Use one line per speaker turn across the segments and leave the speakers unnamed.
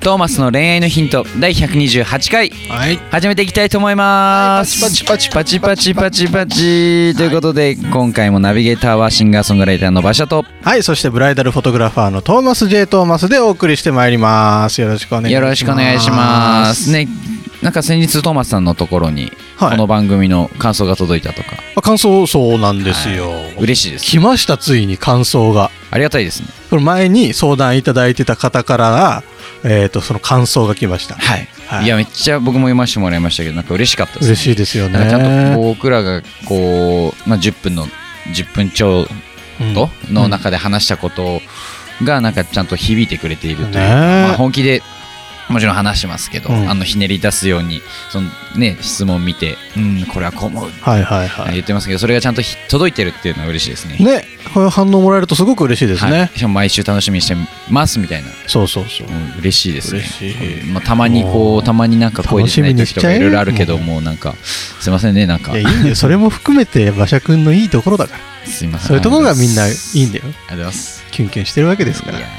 トーマスの恋愛のヒント第128回
はい
始めていきたいと思います
はいパチ
パ
パ
チ
チ
パ
パ
チ
チ
パ
パ
チパチということで今回もナビゲーターはシンガーソングライターの馬車と
はいそしてブライダルフォトグラファーのトーマス J トーマスでお送りしてまいりますよろしくお願いします
よろしくお願いしますねなんか先日トーマスさんのところにこ
はい
の番組の感想が届いたとか
あ感想そうなんですよ、
嬉しいです
来ましたついに感想が
ありがたいですね
これ前に相談いただいてた方からえっ、とその感想が来ました
はい、
はい
い、やめっちゃ僕も読ませてもらいましたけどなんか嬉しかったです
嬉しいですよね
なんかちゃんと僕らがこう、まあ、10分の10分超との中で話したことがなんかちゃんと響いてくれているというか、
ね
まあ、本気でもちろん話してますけど、
うん
あのひねり出すようにその、ね、質問見て、うん、これはこう思う、
はいはいはい、
言ってますけどそれがちゃんとひ届いてるっていうのは嬉しいですね。
ねこういう反応もらえるとすごく嬉しいですね、
はい、しかも毎週楽しみにしてますみたいな、
そうそうそう
うん、嬉しいですね
嬉しい
まあ、たまにこ
も
う
う
たまになんか声出てない
楽しみに
時
し
と
ち
か
ゃえ
いろいろあるけど
もう
もうなんかすいませんねなんか
いやいいんだよそれも含めて馬車くんのいいところだから
すいません
そういうところがみんな
あ
い
り
いんだよ
がとうございます
キュンキュンしてるわけですから
いや
ね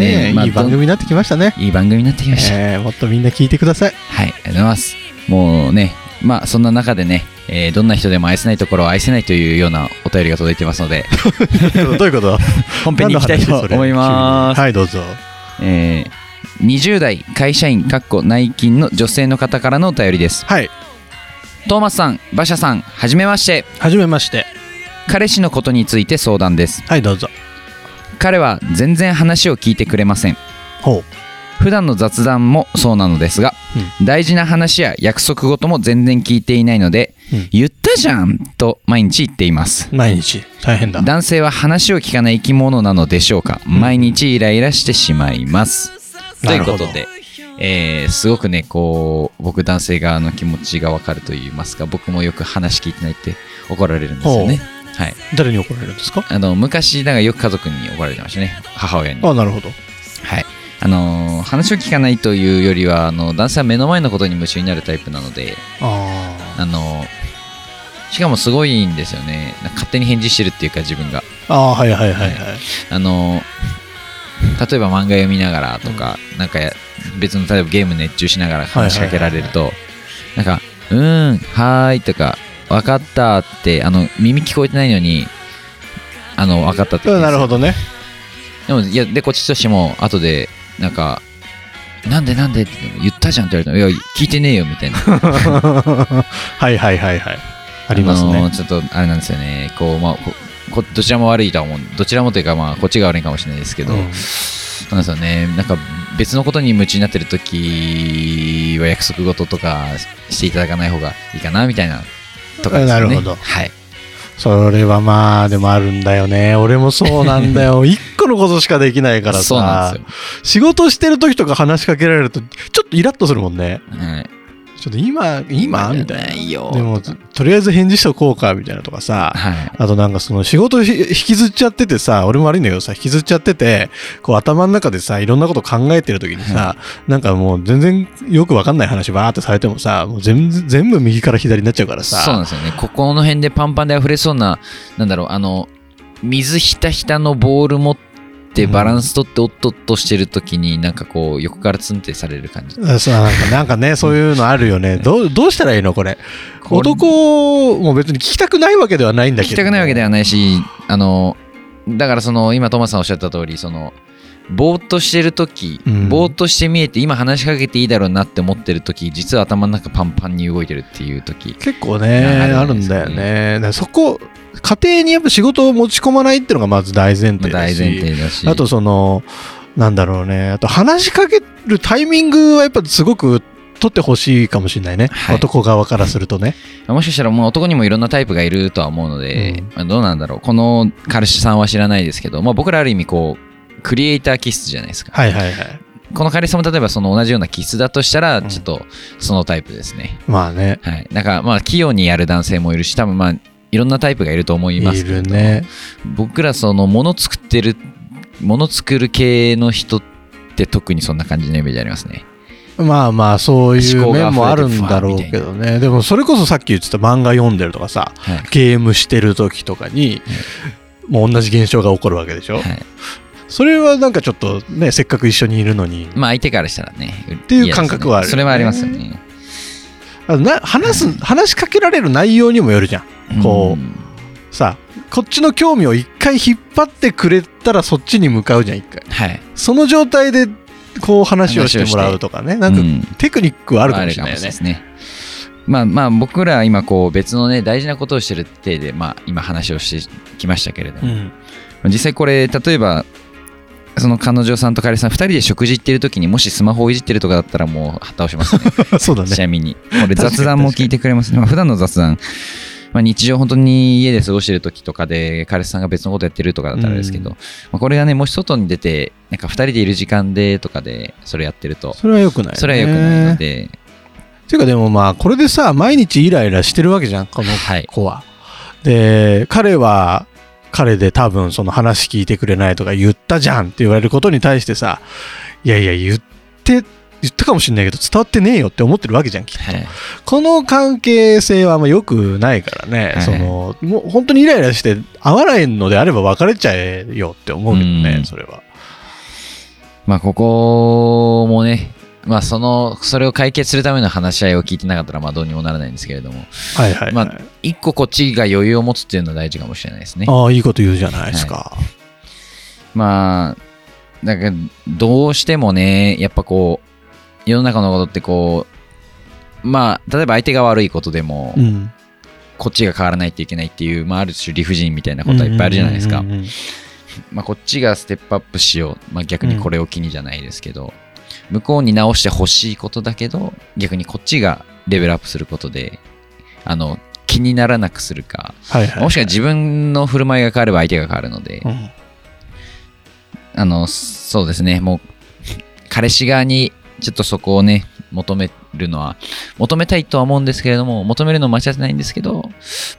え、
ねまあ
いい番組になってきましたね。
いい番組になってきました、
えーもっとみんな聞いてください。
はい、ありがとうございます。もうね、まあそんな中でね、えーどんな人でも愛せないところを愛せないというようなお便りが届いてますので、
どういう こと
本編に行きたいと思います。
はい、どうぞ。
えー20代会社員かっこ内勤の女性の方からのお便りです
はい、
トーマスさん馬車さんはじめまして
はじめまして。
彼氏のことについて相談です
はい、どうぞ。
彼は全然話を聞いてくれません
ほ
普段の雑談もそうなのですが、大事な話や約束事も全然聞いていないので、
うん
言ったじゃんと毎日言っています
う。毎日、大変 だ。
男性は話を聞かない生き物なのでしょうか、
ん
毎日イライラしてしまいますとい
な
う
るほ
こ
ど
とで、えーすごくねこう僕男性側の気持ちがわかると言いますか僕もよく話聞いてないって怒られるんですよねはい
誰に怒られるんですか
あの昔だがよく家族に怒られてましたね母親に
あ、なるほど。
はいあのー話を聞かないというよりはあの男性は目の前のことに夢中になるタイプなので
あー
あのーしかもすごいんですよねなんか勝手に返事してるっていうか自分が
あー、はいはいはいはい。
あの例えば漫画読みながらとか、なんかや別の例えばゲーム熱中しながら話しかけられるとなんか「うーんはーい」とか「分かった」ってあの耳聞こえてないのにあの分かったって言
う
うんんで
な
す
る
よ
ほどね。
でもいやでこっちとしても後でなんか「なんでなんで?」って言ったじゃんって言われたら「いや聞いてねえよ」みたい な
はいはいはいはい。あります
あの
ね。
ちょっとあれなんですよねこうまあここどちらも悪いとは思うどちらもというかまあこっちが悪いかもしれないですけど、
うん
そうなんですよね。なんか別のことに夢中になってる時は約束事とかしていただかない方がいいかなみたいなとかですよね。
なるほど
はい。
それはまあ、でもあるんだよね。俺もそうなんだ よ。一個のことしかできないからさ。
そうなんですよ。
仕事してる時とか話しかけられると、ちょっとイラッとするもんね。
はい
ちょっと今、今みたいな。
いよ。
でも、とりあえず返事しとこうか、みたいなとかさ。
はい。
あとなんかその仕事ひ引きずっちゃっててさ、俺も悪いんだけどさ、引きずっちゃってて、こう頭の中でさ、いろんなこと考えてる時にさ、なんかもう全然よくわかんない話バーってされてもさ、もう全然全部右から左になっちゃうから
そうなん
さ、
ですよね。ここの辺でパンパンで溢れそうな、なんだろう、あの、水ひたひたのボール持ってバランス取っておっとっとしてる時に、なんかこう、横からツンってされる感じ。
あそうなんかなんかね、そういうのあるよね。どう、どうしたらいいのこれ。
これ
男も別に聞きたくないわけではないんだけど。
聞きたくないわけではないしあのだからその今トマさんおっしゃった通りそのぼーっとしてる時、
うん
ぼーっとして見えて今話しかけていいだろうなって思ってる時実は頭の中パンパンに動いてるっていう時
結構ね、あ
ある
る
んで
ん
すよね
だよね。だからそこ、家庭にやっぱ仕事を持ち込まないっていうのがまず大前
まあ
提だ
大
し。
前提だし
あとその、なんだろうね。あと話しかけるタイミングはやっぱすごく取ってほしいかもしれないね。
はい
男側からするとね。
もしかしたらもう男にもいろんなタイプがいるとは思うので、
うん
まあどうなんだろうこの彼氏さんは知らないですけど、まあ、僕らある意味こうクリエイター気質じゃないですか
はいはいはい。
この彼氏さんも例えばその同じような気質だとしたら
ん
ちょっとそのタイプですね、
まあね。
はい、なんかまあ器用にやる男性もいるし多分まあいろんなタイプがいると思います
い
けれ
る
ど
ね。
僕らその物作ってる物作る系の人って特にそんな感じのイメージありますね
まあまあ、そういう
思考が
面もあるんだろうけどね。でも、それこそさっき言ってた漫画読んでるとかさ、
はい、
ゲームしてる時とかに、もう同じ現象が起こるわけでしょ。
はい、
それはなんかちょっとね、せっかく一緒にいるのに。
まあ相手からしたらねって
いう感覚はあるよね
それはありますよね
あな話す、話しかけられる内容にもよるじゃん。こ
うん
さこっちの興味を一回引っ張ってくれたらそっちに向かうじゃん一回
はい
その状態でこう話をしてもらうとかねなんか
うん
テクニックはあるかもしれないよ
あるかも
ね
しれないですね。まあまあ僕らは今こう別のね大事なことをしてる体でまあ今話をしてきましたけれど
う
も、
ん
実際これ例えばその彼女さんと彼氏さん2人で食事行ってる時にもしスマホをいじってるとかだったらもう旗をしますね
そうだ
ち
ね
なみにこれ雑談も聞いてくれますね、まあ、普段の雑談、まあ、日常本当に家で過ごしてる時とかで彼氏さんが別のことやってるとかだったらですけど、
う
まあ、これがねもし外に出てなんか2人でいる時間でとかでそれやってると
それはよくない、ね、
それは良くないので、
ていうかでもまあこれでさ毎日イライラしてるわけじゃんこの
はい
子は、で彼は彼で多分その話聞いてくれないとか言ったじゃんって言われることに対してさいやいや言って言ったかもしれないけど伝わってねえよって思ってるわけじゃんきっと
はい
この関係性はあんま良くないからね、
はい
そのもう本当にイライラして合わないのであれば別れちゃえよって思うけどね、
うん
それは。
まあ、ここもね、まあ、その、それを解決するための話し合いを聞いてなかったら、まあ、どうにもならないんですけれども、
はいはい、はい
まあ、一個こっちが余裕を持つっていうのは大事かもしれないですね。
ああいいこと言うじゃないですか。
まあ、だから、どうしてもね、やっぱこう、世の中のことってこう、まあ、例えば相手が悪いことでも、
うん
こっちが変わらないといけないっていう、まあ、ある種理不尽みたいなことはいっぱいあるじゃないですか
うん。うんうん
まあ、こっちがステップアップしよう、まあ、逆にこれを機にじゃないですけど、向こうに直してほしいことだけど逆にこっちがレベルアップすることであの気にならなくするか、
はいはい、
もしくは自分の振る舞いが変われば相手が変わるので、
うん
あのそうですねもう彼氏側にちょっとそこをね求めるのは求めたいとは思うんですけれども求めるのは間違ってないんですけど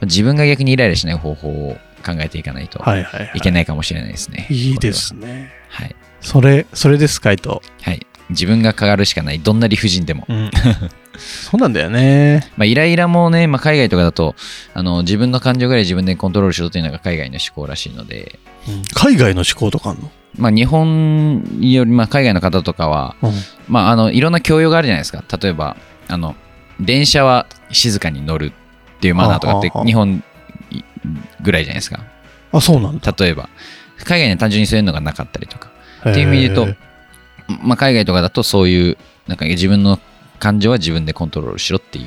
自分が逆にイライラしない方法を考えていかないと
はいはいはい
いけないかもしれないですね。
いいですね。
これははい
それそれですかいと、
はい。自分が変わるしかない。どんな理不尽でも。
そうなんだよね。
まあ、イライラもね、まあ、海外とかだと、あの、自分の感情ぐらい自分でコントロールしろというのが海外の思考らしいので、
うん海外の思考とかあんの、
まあ、日本より、まあ、海外の方とかは、
うん
まあ、あの、いろんな教養があるじゃないですか。例えば、あの、電車は静かに乗るっていうマナーとかって
はあはあ
日本ぐらいじゃないですか。
あそうなんだ。
例えば、海外には単純にそういうのがなかったりとか。
っ
っていう意味で言う
と
と、まあ、海外とかだとそういう、なんか自分の感情は自分でコントロールしろってい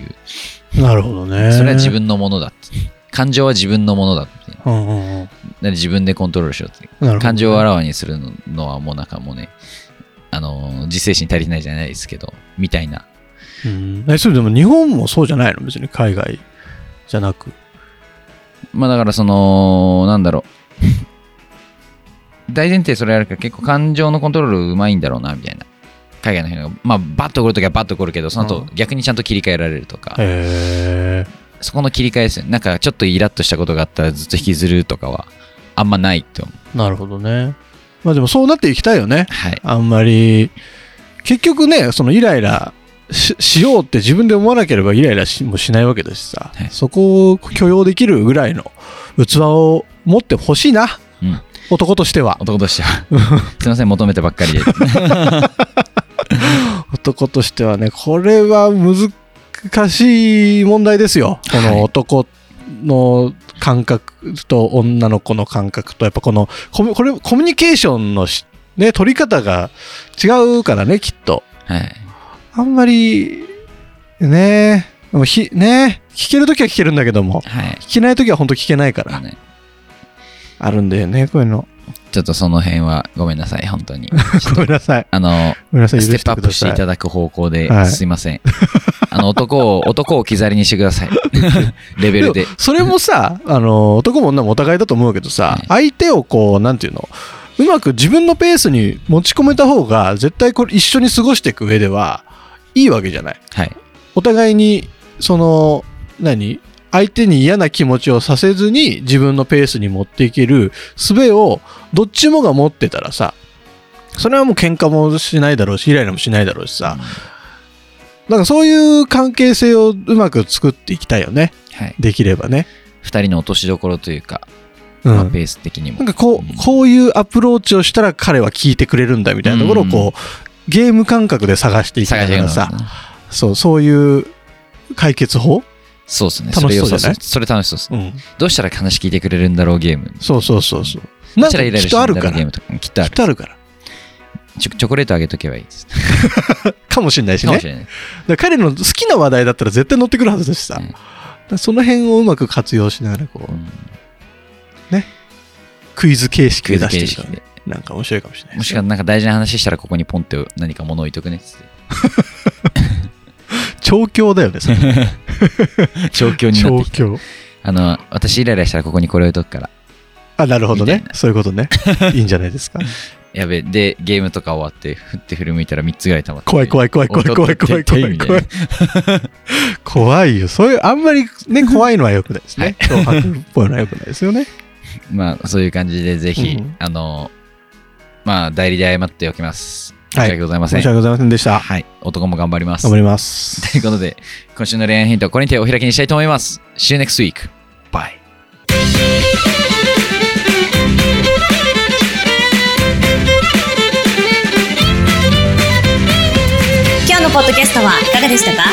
う
なるほどね。
それは自分のものだって。感情は自分のものだって。だか
うんうんうん
ら自分でコントロールしろって。
なるほどね
感情をあらわにするのはもうなんかもうね、あのー、自制心足りてないじゃないですけど、みたいな。
うん、えそれでも日本もそうじゃないの別に海外じゃなく
まあだからその、なんだろう。大 前提それあるから結構感情のコントロールうまいんだろうな、みたいな。海外の人が、まあバッと怒るときはバッと怒るけど、その後逆にちゃんと切り替えられるとか、
へえ
そこの切り替えですよね。なんかちょっとイラッとしたことがあったらずっと引きずるとかは、あんまないと思う。
なるほどねまあでもそうなっていきたいよね
はい。
あんまり結局ねそのイライラししようって自分で思わなければイライラしもしないわけだしさ、
はい
そこを許容できるぐらいの器を持ってほしいな
うん。
男としては
男としてはすいません求めてばっかりで
男としてはねこれは難しい問題ですよこ
はい
の男の感覚と女の子の感覚とやっぱこのコミこれコミュニケーションのし、ね、取り方が違うからねきっと
はい
あんまりねでもひね聞けるときは聞けるんだけども
はい
聞けないときは本当聞けないか
まあ
ら
ね
あるんだよねこういうの
ちょっとその辺はごめんなさい本当に
ごめんなさい
あの
ごめんなさい
ス
許
テップ
して
ア
く
ップ
だ
してい
さい
ただく方向で、
はい
すいません あの男を男を置き去りにしてくだ さいレベルで
もそれもさあの男も女もお互いだと思うけどさ、
はい
相手をこうなんていうのうまく自分のペースに持ち込めた方が絶対これ一緒に過ごしていく上ではいいわけじゃない
はい
お互いにその何相手に嫌な気持ちをさせずに自分のペースに持っていける術をどっちもが持ってたらさそれはもう喧嘩もしないだろうしイライラもしないだろうしさなんかそういう関係性をうまく作っていきたいよね
はい、
できればね、
2人の落としどころというか、
うん
まあ、ペース的にも
なんかこうこういうアプローチをしたら彼は聞いてくれるんだみたいなところをこうゲーム感覚で探していき
探
な
して
が
いくの
ら
が
さそうそういう解決法、
そうですね
楽しそうじゃない
れ良さそれ楽しそうです、ね
うん、
どうしたら話聞いてくれるんだろうゲーム
そうそうそうそう
ど
なん
ち
から
イ
き
ライラ
っ
して
とあ
ん
る
だ
か
ろう
ら
ゲームとかきっとあ
きっ
る
とあるから
チョチョコレートあげとけばいいです
かもしれないし
か
ね
も
だ
し
か
れない
ら彼の好きな話題だったら絶対乗ってくるはずだしさ、
うん
だからその辺をうまく活用しながらこ
う
うんクイズ形式
クイ
で
ズ
出して
形式
いくからね
で
なんか面白いかもしれない
もしくはなんか大事な話したらここにポンって何か物置いとくねっつって
調教だよ ねそれ
状況になってき
調
て
教
あの私イライラしたらここにこれ置いとくから
あなるほど
み
ね
たい
そうい うことねいいんじゃないですか
やべでゲームとか終わって振って振り向いたら3つぐらい溜まって
怖い怖い怖い怖い怖い怖い怖い怖い怖いよそういうあんまり ね怖いのはよくないですね脅迫っぽいのはよくないですよね
まあそういう感じでぜひ、
うん
あのまあ代理で謝っておきます
は
申
い
し訳ございませ
申
ん
し訳ございませんでした
はい男も頑張ります
頑張りま す
ということで今週の恋愛ヒントはこれにてお開きにしたいと思います See you next week bye
「今日のポッドキャストはいかがでしたか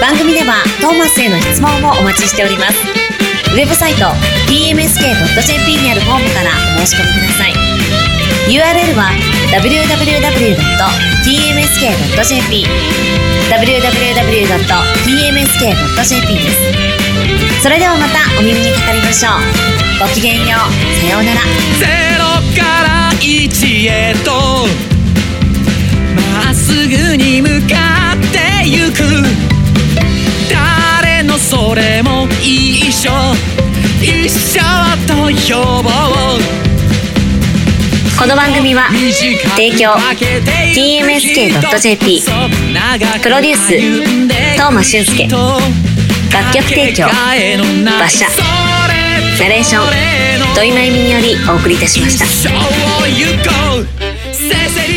番組ではトーマスへの質問もお待ちしておりますウェブサイト tmsk.jp にあるフォームからお申し込みください URL は www.tmsk.jp www.tmsk.jp ですそれではまたお耳にかかりましょうごきげんようさようなら
ゼロから一へとまっすぐに向かってゆく誰のそれも一緒一緒と呼ぼう
この番組は提供 TMSK.jp プロデュース東間俊介楽曲提供馬車ナレーション土井真由美によりお送りいたしました
一生を行こうせいぜい